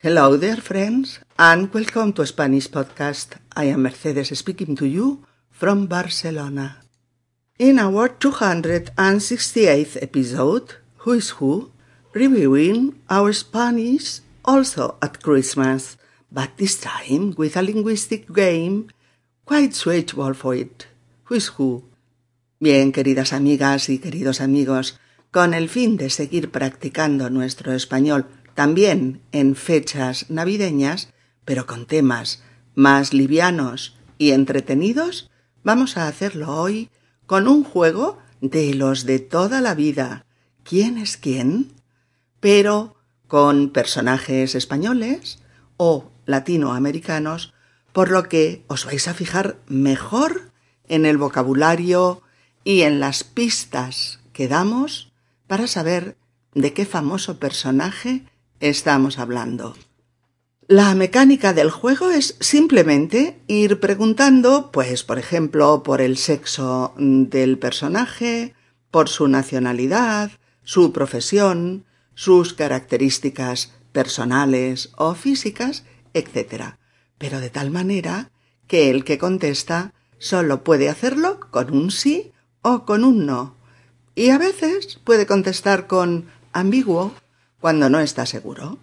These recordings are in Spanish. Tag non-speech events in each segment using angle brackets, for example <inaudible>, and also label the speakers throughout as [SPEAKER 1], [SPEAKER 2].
[SPEAKER 1] Hello there, friends, and welcome to Spanish Podcast. I am Mercedes speaking to you from Barcelona. In our 268th episode, Who is Who, reviewing our Spanish also at Christmas, but this time with a linguistic game quite suitable for it. Who is Who? Bien, queridas amigas y queridos amigos, con el fin de seguir practicando nuestro español también en fechas navideñas, pero con temas más livianos y entretenidos, vamos a hacerlo hoy con un juego de los de toda la vida. ¿Quién es quién? Pero con personajes españoles o latinoamericanos, por lo que os vais a fijar mejor en el vocabulario y en las pistas que damos para saber de qué famoso personaje estamos hablando. La mecánica del juego es simplemente ir preguntando, pues por ejemplo, por el sexo del personaje, por su nacionalidad, su profesión, sus características personales o físicas, etc. Pero de tal manera que el que contesta solo puede hacerlo con un sí o con un no. Y a veces puede contestar con ambiguo cuando no está seguro.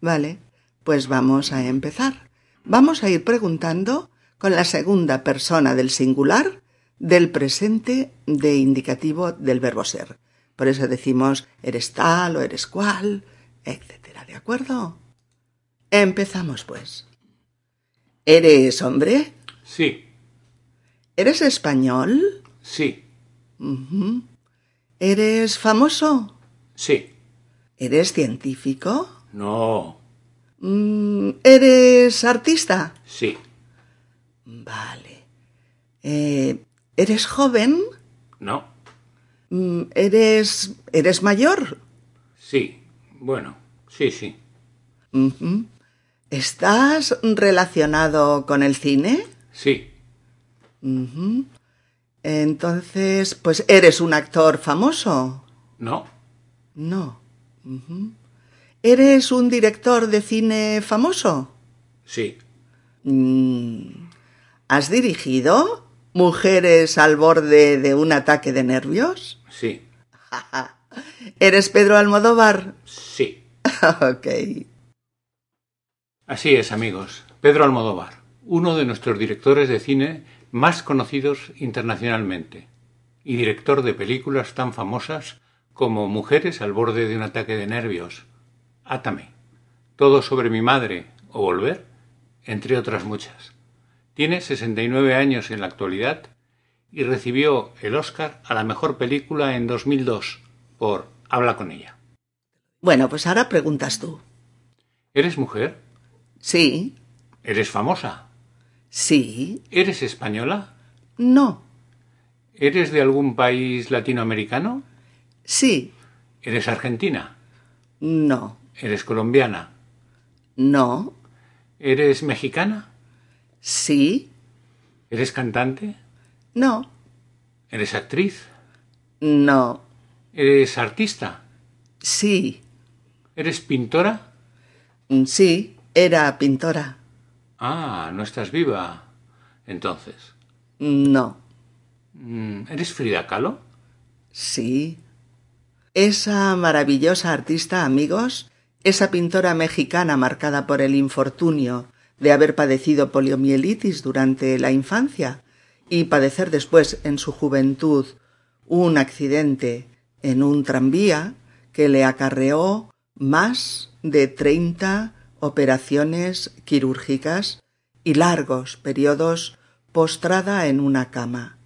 [SPEAKER 1] Vale, pues vamos a empezar. Vamos a ir preguntando con la segunda persona del singular del presente de indicativo del verbo ser. Por eso decimos eres tal o eres cual, etcétera, ¿de acuerdo? Empezamos pues. ¿Eres hombre?
[SPEAKER 2] Sí,
[SPEAKER 1] ¿Eres español?
[SPEAKER 2] sí,
[SPEAKER 1] Ujú. ¿Eres famoso?
[SPEAKER 2] sí.
[SPEAKER 1] ¿Eres científico?
[SPEAKER 2] No,
[SPEAKER 1] Mm, ¿Eres artista?
[SPEAKER 2] sí,
[SPEAKER 1] Vale. Eh, ¿Eres joven?
[SPEAKER 2] no,
[SPEAKER 1] Mm, ¿Eres, eres mayor?
[SPEAKER 2] sí. Bueno, sí, sí.
[SPEAKER 1] Ujú. ¿Estás relacionado con el cine?
[SPEAKER 2] Sí,
[SPEAKER 1] Ujú. Entonces, pues, ¿eres un actor famoso?
[SPEAKER 2] no,
[SPEAKER 1] No. Ujú. ¿Eres un director de cine famoso?
[SPEAKER 2] sí,
[SPEAKER 1] Mm, ¿Has dirigido Mujeres al borde de un ataque de nervios?
[SPEAKER 2] sí,
[SPEAKER 1] <laughs> ¿Eres Pedro Almodóvar? <laughs>
[SPEAKER 2] sí.
[SPEAKER 1] ok.
[SPEAKER 2] Así es, amigos. Pedro Almodóvar, uno de nuestros directores de cine más conocidos internacionalmente y director de películas tan famosas como Mujeres al borde de un ataque de nervios, Átame, Todo sobre mi madre o Volver, entre otras muchas. Tiene 69 años en la actualidad y recibió el Oscar a la mejor película en 2002 por Habla con ella.
[SPEAKER 1] Bueno, pues ahora preguntas tú.
[SPEAKER 2] ¿Eres mujer?
[SPEAKER 1] Sí,
[SPEAKER 2] ¿Eres famosa?
[SPEAKER 1] sí,
[SPEAKER 2] ¿Eres española?
[SPEAKER 1] no,
[SPEAKER 2] ¿Eres de algún país latinoamericano?
[SPEAKER 1] sí,
[SPEAKER 2] ¿Eres argentina?
[SPEAKER 1] no,
[SPEAKER 2] ¿Eres colombiana?
[SPEAKER 1] no,
[SPEAKER 2] ¿Eres mexicana?
[SPEAKER 1] sí,
[SPEAKER 2] ¿Eres cantante?
[SPEAKER 1] no,
[SPEAKER 2] ¿Eres actriz?
[SPEAKER 1] no,
[SPEAKER 2] ¿Eres artista?
[SPEAKER 1] sí,
[SPEAKER 2] ¿Eres pintora?
[SPEAKER 1] mm, sí, era pintora,
[SPEAKER 2] Ah, no estás viva. Entonces,
[SPEAKER 1] no,
[SPEAKER 2] mm, ¿eres Frida Kahlo?
[SPEAKER 1] sí. Esa maravillosa artista, amigos, esa pintora mexicana marcada por el infortunio de haber padecido poliomielitis durante la infancia y padecer después en su juventud un accidente en un tranvía que le acarreó más de 30 operaciones quirúrgicas y largos periodos postrada en una cama.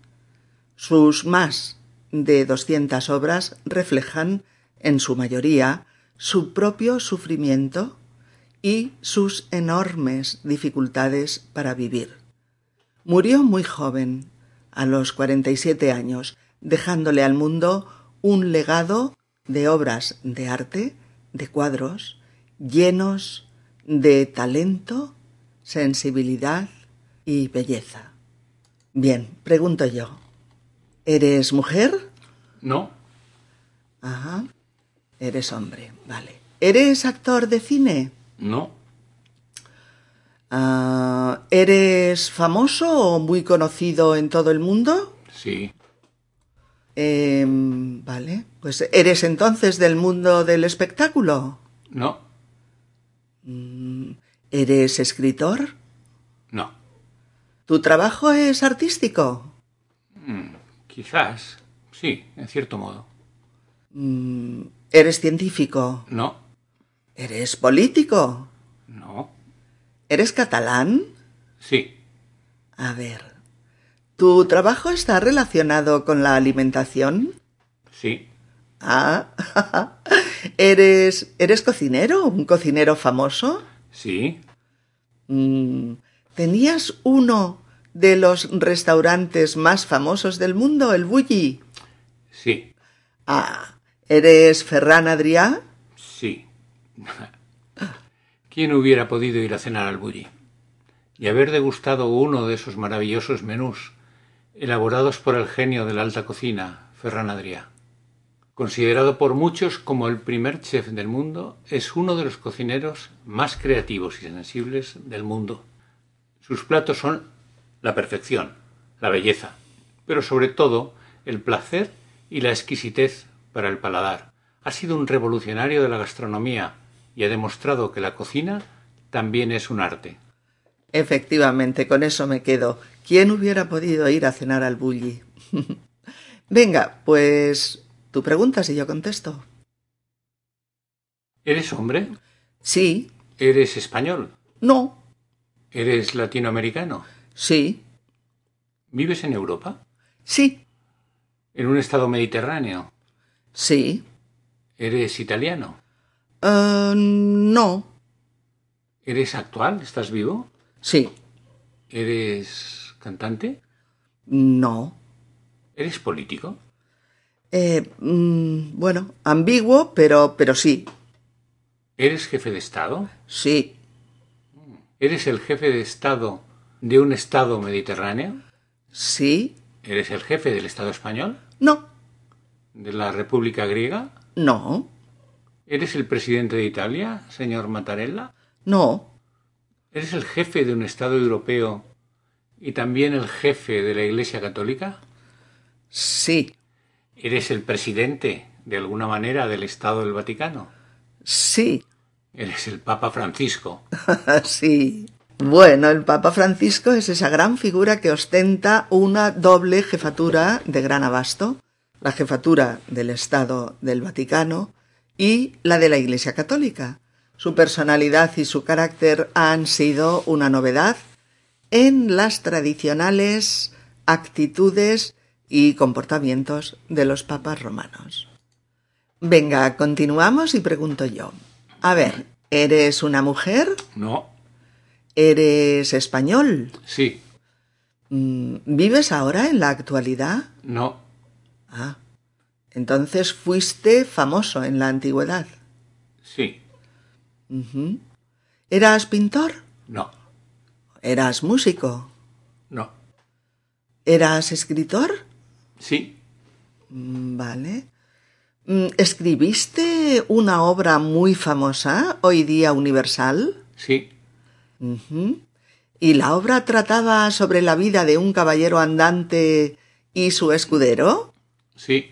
[SPEAKER 1] Sus más de 200 obras reflejan, en su mayoría, su propio sufrimiento y sus enormes dificultades para vivir. Murió muy joven, a los 47 años, dejándole al mundo un legado de obras de arte, de cuadros, llenos de talento, sensibilidad y belleza. Bien, pregunto yo. ¿Eres mujer?
[SPEAKER 2] No.
[SPEAKER 1] Ajá. Eres hombre, vale. ¿Eres actor de cine?
[SPEAKER 2] No.
[SPEAKER 1] Ah, ¿Eres famoso o muy conocido en todo el mundo?
[SPEAKER 2] Sí,
[SPEAKER 1] Em, vale, pues eres entonces del mundo del espectáculo.
[SPEAKER 2] no,
[SPEAKER 1] ¿Eres escritor?
[SPEAKER 2] no.
[SPEAKER 1] ¿Tu trabajo es artístico?
[SPEAKER 2] Quizás, sí, en cierto modo.
[SPEAKER 1] Mm, ¿Eres científico?
[SPEAKER 2] No,
[SPEAKER 1] ¿Eres político?
[SPEAKER 2] no,
[SPEAKER 1] ¿Eres catalán?
[SPEAKER 2] sí,
[SPEAKER 1] A ver, ¿tu trabajo está relacionado con la alimentación?
[SPEAKER 2] sí,
[SPEAKER 1] Ah, <laughs> ¿eres, ¿eres cocinero? ¿Un cocinero famoso?
[SPEAKER 2] sí,
[SPEAKER 1] Mm, ¿Tenías uno de los restaurantes más famosos del mundo, el Bulli?
[SPEAKER 2] sí,
[SPEAKER 1] Ah, ¿eres Ferran Adrià?
[SPEAKER 2] sí. ¿Quién hubiera podido ir a cenar al Bulli? Y haber degustado uno de esos maravillosos menús, elaborados por el genio de la alta cocina, Ferran Adrià. Considerado por muchos como el primer chef del mundo, es uno de los cocineros más creativos y sensibles del mundo. Sus platos son la perfección, la belleza, pero sobre todo el placer y la exquisitez para el paladar. Ha sido un revolucionario de la gastronomía y ha demostrado que la cocina también es un arte.
[SPEAKER 1] Efectivamente, con eso me quedo. ¿Quién hubiera podido ir a cenar al Bulli? <laughs> Venga, pues tú preguntas y yo contesto.
[SPEAKER 2] ¿Eres hombre?
[SPEAKER 1] Sí,
[SPEAKER 2] ¿Eres español?
[SPEAKER 1] no,
[SPEAKER 2] ¿Eres latinoamericano?
[SPEAKER 1] sí,
[SPEAKER 2] ¿Vives en Europa?
[SPEAKER 1] sí,
[SPEAKER 2] ¿En un estado mediterráneo?
[SPEAKER 1] sí,
[SPEAKER 2] ¿Eres italiano?
[SPEAKER 1] eh, no,
[SPEAKER 2] ¿Eres actual? ¿Estás vivo?
[SPEAKER 1] sí,
[SPEAKER 2] ¿Eres cantante?
[SPEAKER 1] no.
[SPEAKER 2] ¿Eres político?
[SPEAKER 1] Eh, mm, bueno, ambiguo, pero, pero sí,
[SPEAKER 2] ¿Eres jefe de Estado?
[SPEAKER 1] sí,
[SPEAKER 2] ¿Eres el jefe de Estado de un Estado mediterráneo?
[SPEAKER 1] sí,
[SPEAKER 2] ¿Eres el jefe del Estado español?
[SPEAKER 1] no,
[SPEAKER 2] ¿De la República Griega?
[SPEAKER 1] no,
[SPEAKER 2] ¿Eres el presidente de Italia, señor Mattarella?
[SPEAKER 1] no,
[SPEAKER 2] ¿Eres el jefe de un Estado europeo y también el jefe de la Iglesia Católica?
[SPEAKER 1] sí,
[SPEAKER 2] ¿Eres el presidente, de alguna manera, del Estado del Vaticano?
[SPEAKER 1] sí,
[SPEAKER 2] ¿Eres el Papa Francisco?
[SPEAKER 1] <laughs> sí. Bueno, el Papa Francisco es esa gran figura que ostenta una doble jefatura de gran abasto, la jefatura del Estado del Vaticano y la de la Iglesia Católica. Su personalidad y su carácter han sido una novedad en las tradicionales actitudes y comportamientos de los papas romanos. Venga, continuamos y pregunto yo. A ver, ¿eres una mujer?
[SPEAKER 2] No.
[SPEAKER 1] ¿Eres español?
[SPEAKER 2] Sí.
[SPEAKER 1] Mm, ¿Vives ahora en la actualidad?
[SPEAKER 2] No.
[SPEAKER 1] Ah, entonces fuiste famoso en la antigüedad.
[SPEAKER 2] Sí.
[SPEAKER 1] Ujú. ¿Eras pintor?
[SPEAKER 2] No.
[SPEAKER 1] ¿Eras músico?
[SPEAKER 2] No.
[SPEAKER 1] ¿Eras escritor?
[SPEAKER 2] Sí.
[SPEAKER 1] Mm, Vale. Mm, ¿Escribiste una obra muy famosa, hoy día universal?
[SPEAKER 2] Sí.
[SPEAKER 1] Ujú. ¿Y la obra trataba sobre la vida de un caballero andante y su escudero?
[SPEAKER 2] Sí.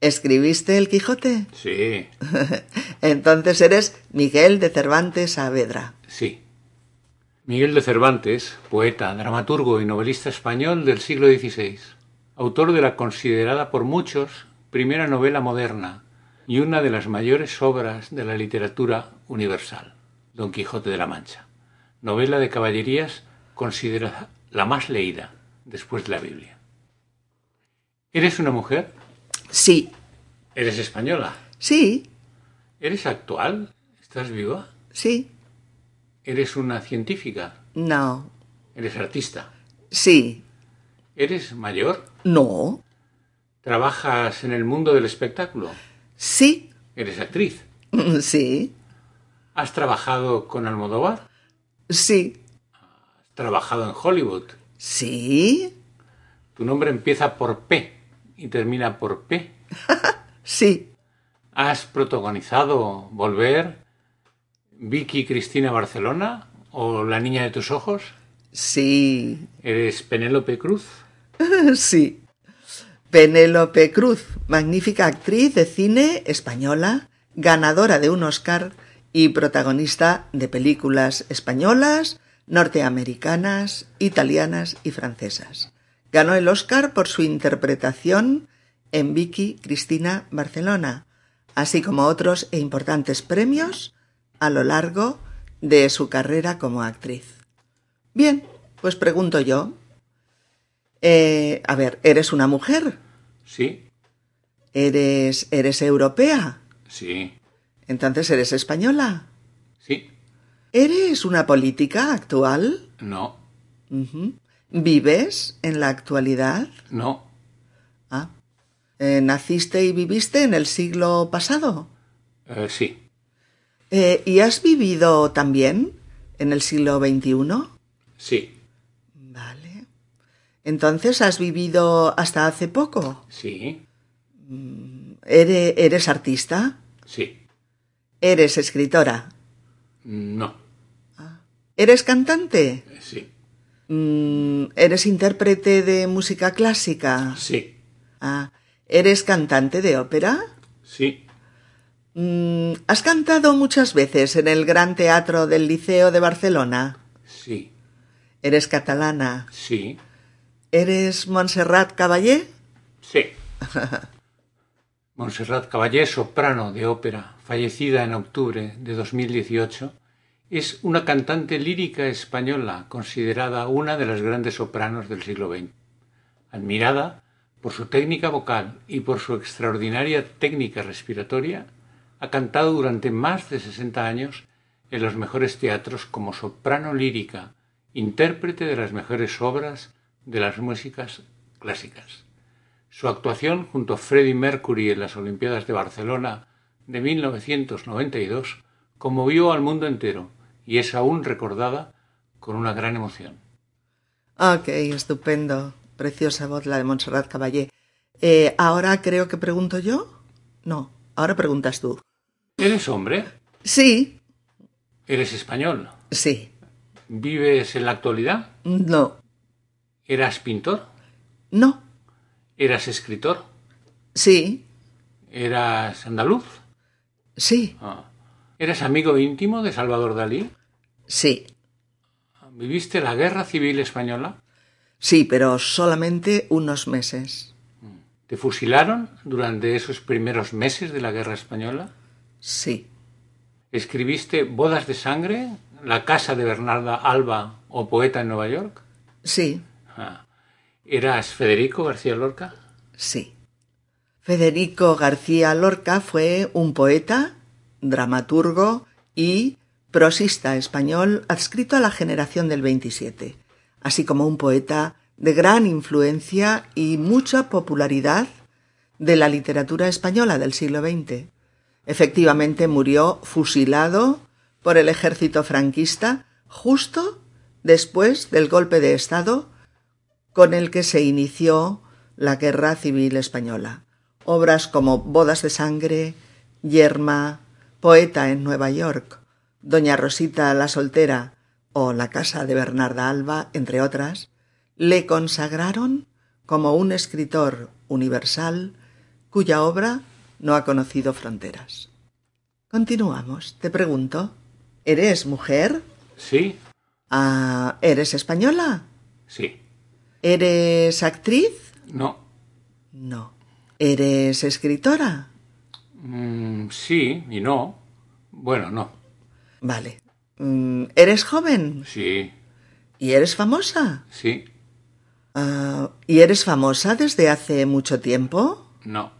[SPEAKER 1] ¿Escribiste El Quijote?
[SPEAKER 2] Sí.
[SPEAKER 1] <laughs> Entonces eres Miguel de Cervantes Saavedra.
[SPEAKER 2] Sí. Miguel de Cervantes, poeta, dramaturgo y novelista español del siglo XVI, autor de la considerada por muchos primera novela moderna y una de las mayores obras de la literatura universal, Don Quijote de la Mancha, novela de caballerías considerada la más leída después de la Biblia. ¿Eres una mujer?
[SPEAKER 1] Sí,
[SPEAKER 2] ¿Eres española?
[SPEAKER 1] sí,
[SPEAKER 2] ¿Eres actual? ¿Estás viva?
[SPEAKER 1] sí,
[SPEAKER 2] ¿Eres una científica?
[SPEAKER 1] no,
[SPEAKER 2] ¿Eres artista?
[SPEAKER 1] sí,
[SPEAKER 2] ¿Eres mayor?
[SPEAKER 1] no,
[SPEAKER 2] ¿Trabajas en el mundo del espectáculo?
[SPEAKER 1] sí, <laughs>
[SPEAKER 2] ¿Eres actriz?
[SPEAKER 1] sí,
[SPEAKER 2] ¿Has trabajado con Almodóvar?
[SPEAKER 1] sí,
[SPEAKER 2] ¿Has trabajado en Hollywood?
[SPEAKER 1] sí,
[SPEAKER 2] ¿Tu nombre empieza por P y termina por P?
[SPEAKER 1] sí,
[SPEAKER 2] ¿Has protagonizado Volver, Vicky Cristina Barcelona ¿O La niña de tus ojos?
[SPEAKER 1] Sí,
[SPEAKER 2] ¿Eres Penélope Cruz?
[SPEAKER 1] <laughs> sí. Penélope Cruz, magnífica actriz de cine española, ganadora de un Oscar y protagonista de películas españolas, norteamericanas, italianas y francesas. Ganó el Oscar por su interpretación en Vicky Cristina Barcelona, así como otros e importantes premios a lo largo de su carrera como actriz. Bien, pues pregunto yo. Eh, a ver, ¿eres una mujer?
[SPEAKER 2] Sí,
[SPEAKER 1] ¿Eres, eres europea?
[SPEAKER 2] sí,
[SPEAKER 1] Entonces eres española.
[SPEAKER 2] sí,
[SPEAKER 1] ¿Eres una política actual?
[SPEAKER 2] no,
[SPEAKER 1] Ujú. ¿Vives en la actualidad?
[SPEAKER 2] no,
[SPEAKER 1] Ah. Eh, ¿Naciste y viviste en el siglo pasado?
[SPEAKER 2] eh, sí,
[SPEAKER 1] Eh, ¿Y has vivido también en el siglo XXI?
[SPEAKER 2] sí,
[SPEAKER 1] Vale. Entonces has vivido hasta hace poco.
[SPEAKER 2] sí,
[SPEAKER 1] ¿Ere- ¿Eres artista?
[SPEAKER 2] sí,
[SPEAKER 1] ¿Eres escritora?
[SPEAKER 2] no,
[SPEAKER 1] ¿Eres cantante?
[SPEAKER 2] eh, sí,
[SPEAKER 1] Mm, ¿Eres intérprete de música clásica?
[SPEAKER 2] sí,
[SPEAKER 1] Ah, ¿Eres cantante de ópera?
[SPEAKER 2] sí,
[SPEAKER 1] Mm, ¿Has cantado muchas veces en el Gran Teatro del Liceo de Barcelona?
[SPEAKER 2] sí,
[SPEAKER 1] ¿Eres catalana?
[SPEAKER 2] sí,
[SPEAKER 1] ¿Eres Montserrat Caballé?
[SPEAKER 2] sí. <laughs> Montserrat Caballé, soprano de ópera, fallecida en octubre de 2018, es una cantante lírica española considerada una de las grandes sopranos del siglo XX. Admirada por su técnica vocal y por su extraordinaria técnica respiratoria, ha cantado durante más de 60 años en los mejores teatros como soprano lírica, intérprete de las mejores obras de las músicas clásicas. Su actuación junto a Freddie Mercury en las Olimpiadas de Barcelona de 1992 conmovió al mundo entero y es aún recordada con una gran emoción.
[SPEAKER 1] Ok, estupendo. Preciosa voz la de Montserrat Caballé. Eh, ahora creo que pregunto yo. No, ahora preguntas tú.
[SPEAKER 2] ¿Eres hombre?
[SPEAKER 1] Sí,
[SPEAKER 2] ¿Eres español?
[SPEAKER 1] sí,
[SPEAKER 2] ¿Vives en la actualidad?
[SPEAKER 1] no,
[SPEAKER 2] ¿Eras pintor?
[SPEAKER 1] no,
[SPEAKER 2] ¿Eras escritor?
[SPEAKER 1] sí,
[SPEAKER 2] ¿Eras andaluz?
[SPEAKER 1] sí,
[SPEAKER 2] Ah. ¿Eras amigo íntimo de Salvador Dalí? Ah,
[SPEAKER 1] sí,
[SPEAKER 2] ¿Viviste la Guerra Civil Española?
[SPEAKER 1] sí, pero solamente unos meses.
[SPEAKER 2] ¿Te fusilaron durante esos primeros meses de la Guerra Española?
[SPEAKER 1] Sí,
[SPEAKER 2] ¿Escribiste Bodas de Sangre, La Casa de Bernarda Alba o Poeta en Nueva York?
[SPEAKER 1] sí,
[SPEAKER 2] Ah. ¿Eras Federico García Lorca?
[SPEAKER 1] sí. Federico García Lorca fue un poeta, dramaturgo y prosista español adscrito a la generación del 27, así como un poeta de gran influencia y mucha popularidad de la literatura española del siglo XX. Efectivamente murió fusilado por el ejército franquista justo después del golpe de Estado con el que se inició la Guerra Civil Española. Obras como Bodas de Sangre, Yerma, Poeta en Nueva York, Doña Rosita la Soltera o La Casa de Bernarda Alba, entre otras, le consagraron como un escritor universal cuya obra no ha conocido fronteras. Continuamos. Te pregunto, ¿eres mujer?
[SPEAKER 2] Sí,
[SPEAKER 1] Ah, ¿Eres española?
[SPEAKER 2] sí.
[SPEAKER 1] ¿Eres actriz?
[SPEAKER 2] No.
[SPEAKER 1] No. ¿Eres escritora?
[SPEAKER 2] Mm, sí y no. Bueno, no.
[SPEAKER 1] Vale. Mm, ¿Eres joven?
[SPEAKER 2] Sí,
[SPEAKER 1] ¿Y eres famosa?
[SPEAKER 2] sí,
[SPEAKER 1] Ah, ¿Y eres famosa desde hace mucho tiempo?
[SPEAKER 2] no.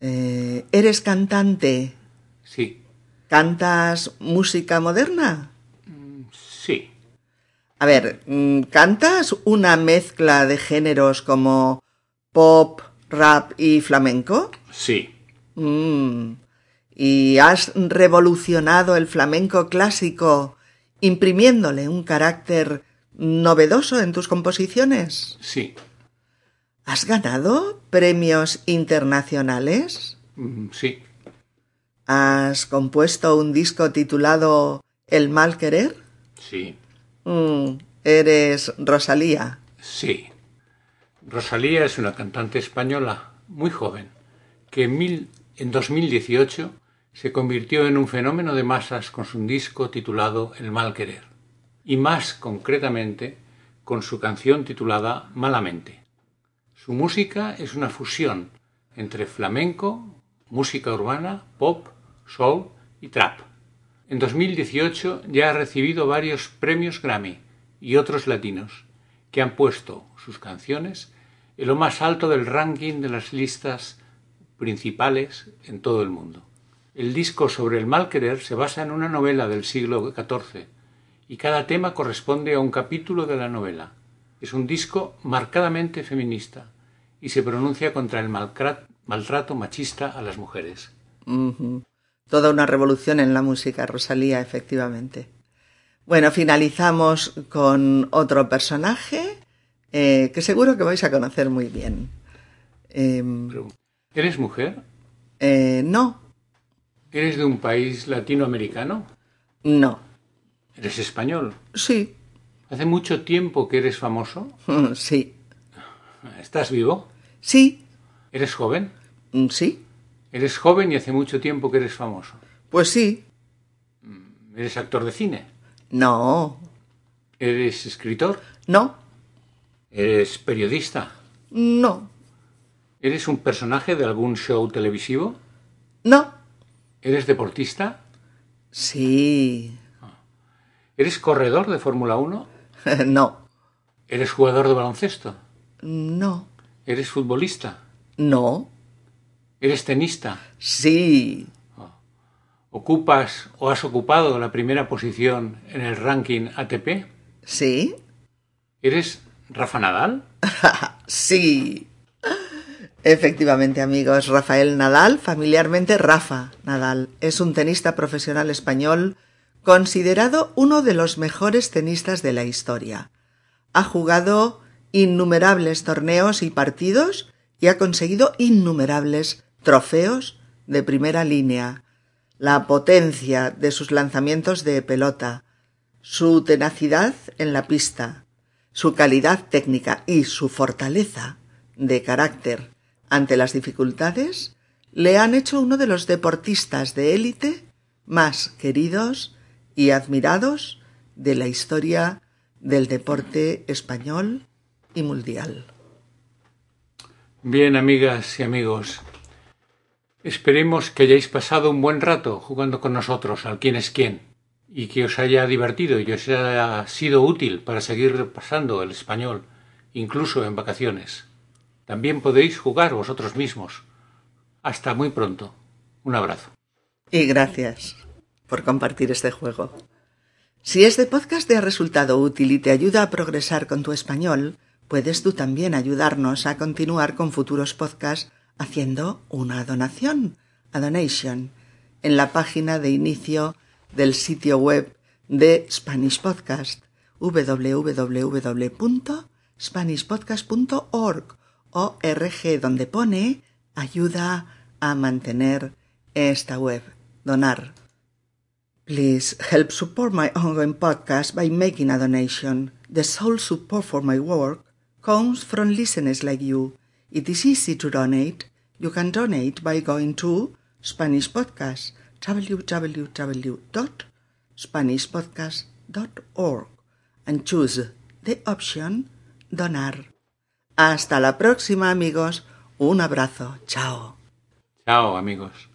[SPEAKER 1] Eh, ¿Eres cantante?
[SPEAKER 2] Sí,
[SPEAKER 1] ¿Cantas música moderna?
[SPEAKER 2] sí.
[SPEAKER 1] A ver, mm, ¿cantas una mezcla de géneros como pop, rap y flamenco?
[SPEAKER 2] Sí,
[SPEAKER 1] Mm. ¿Y has revolucionado el flamenco clásico imprimiéndole un carácter novedoso en tus composiciones?
[SPEAKER 2] sí.
[SPEAKER 1] ¿Has ganado premios internacionales?
[SPEAKER 2] Mm, sí,
[SPEAKER 1] ¿Has compuesto un disco titulado ¿El mal querer?
[SPEAKER 2] Sí,
[SPEAKER 1] Mm, eres Rosalía.
[SPEAKER 2] sí. Rosalía es una cantante española muy joven que en, mil- en 2018 se convirtió en un fenómeno de masas con su disco titulado El mal querer y más concretamente con su canción titulada Malamente. Su música es una fusión entre flamenco, música urbana, pop, soul y trap. En 2018 ya ha recibido varios premios Grammy y otros latinos que han puesto sus canciones en lo más alto del ranking de las listas principales en todo el mundo. El disco sobre el mal querer se basa en una novela del siglo XIV y cada tema corresponde a un capítulo de la novela. Es un disco marcadamente feminista y se pronuncia contra el malcra- maltrato machista a las mujeres.
[SPEAKER 1] Ujú. Toda una revolución en la música, Rosalía, efectivamente. Bueno, finalizamos con otro personaje eh, que seguro que vais a conocer muy bien. Em,
[SPEAKER 2] Pero, ¿Eres mujer?
[SPEAKER 1] eh, no,
[SPEAKER 2] ¿Eres de un país latinoamericano?
[SPEAKER 1] no,
[SPEAKER 2] ¿Eres español?
[SPEAKER 1] sí, <laughs>
[SPEAKER 2] ¿Hace mucho tiempo que eres famoso?
[SPEAKER 1] sí,
[SPEAKER 2] ¿Estás vivo?
[SPEAKER 1] sí,
[SPEAKER 2] ¿Eres joven?
[SPEAKER 1] mm, sí,
[SPEAKER 2] ¿Eres joven y hace mucho tiempo que eres famoso?
[SPEAKER 1] pues sí,
[SPEAKER 2] ¿Eres actor de cine?
[SPEAKER 1] no,
[SPEAKER 2] ¿Eres escritor?
[SPEAKER 1] no,
[SPEAKER 2] ¿Eres periodista?
[SPEAKER 1] no,
[SPEAKER 2] ¿Eres un personaje de algún show televisivo?
[SPEAKER 1] no,
[SPEAKER 2] ¿Eres deportista?
[SPEAKER 1] sí, <laughs>
[SPEAKER 2] ¿Eres corredor de Fórmula 1?
[SPEAKER 1] no,
[SPEAKER 2] ¿Eres jugador de baloncesto?
[SPEAKER 1] no,
[SPEAKER 2] ¿Eres futbolista?
[SPEAKER 1] no,
[SPEAKER 2] ¿Eres tenista?
[SPEAKER 1] sí,
[SPEAKER 2] ¿Ocupas o has ocupado la primera posición en el ranking ATP?
[SPEAKER 1] sí,
[SPEAKER 2] ¿Eres Rafa Nadal?
[SPEAKER 1] <laughs> Sí. Efectivamente, amigos, Rafael Nadal, familiarmente Rafa Nadal, es un tenista profesional español considerado uno de los mejores tenistas de la historia. Ha jugado innumerables torneos y partidos y ha conseguido innumerables trofeos de primera línea. La potencia de sus lanzamientos de pelota, su tenacidad en la pista, su calidad técnica y su fortaleza de carácter ante las dificultades le han hecho uno de los deportistas de élite más queridos y admirados de la historia del deporte español y mundial.
[SPEAKER 2] Bien, amigas y amigos, esperemos que hayáis pasado un buen rato jugando con nosotros al quién es quién y que os haya divertido y os haya sido útil para seguir repasando el español, incluso en vacaciones. También podéis jugar vosotros mismos. Hasta muy pronto. Un abrazo.
[SPEAKER 1] Y gracias por compartir este juego. Si este podcast te ha resultado útil y te ayuda a progresar con tu español, puedes tú también ayudarnos a continuar con futuros podcasts haciendo una donación, a donation, en la página de inicio del sitio web de Spanish Podcast, www.spanishpodcast.org, org, donde pone ayuda a mantener esta web, donar. Please help support my ongoing podcast by making a donation. The sole support for my work comes from listeners like you. It is easy to donate. You can donate by going to Spanish Podcast, www.spanishpodcast.org, and choose the option Donar. Hasta la próxima, amigos. Un abrazo. Chao.
[SPEAKER 2] Chao, amigos.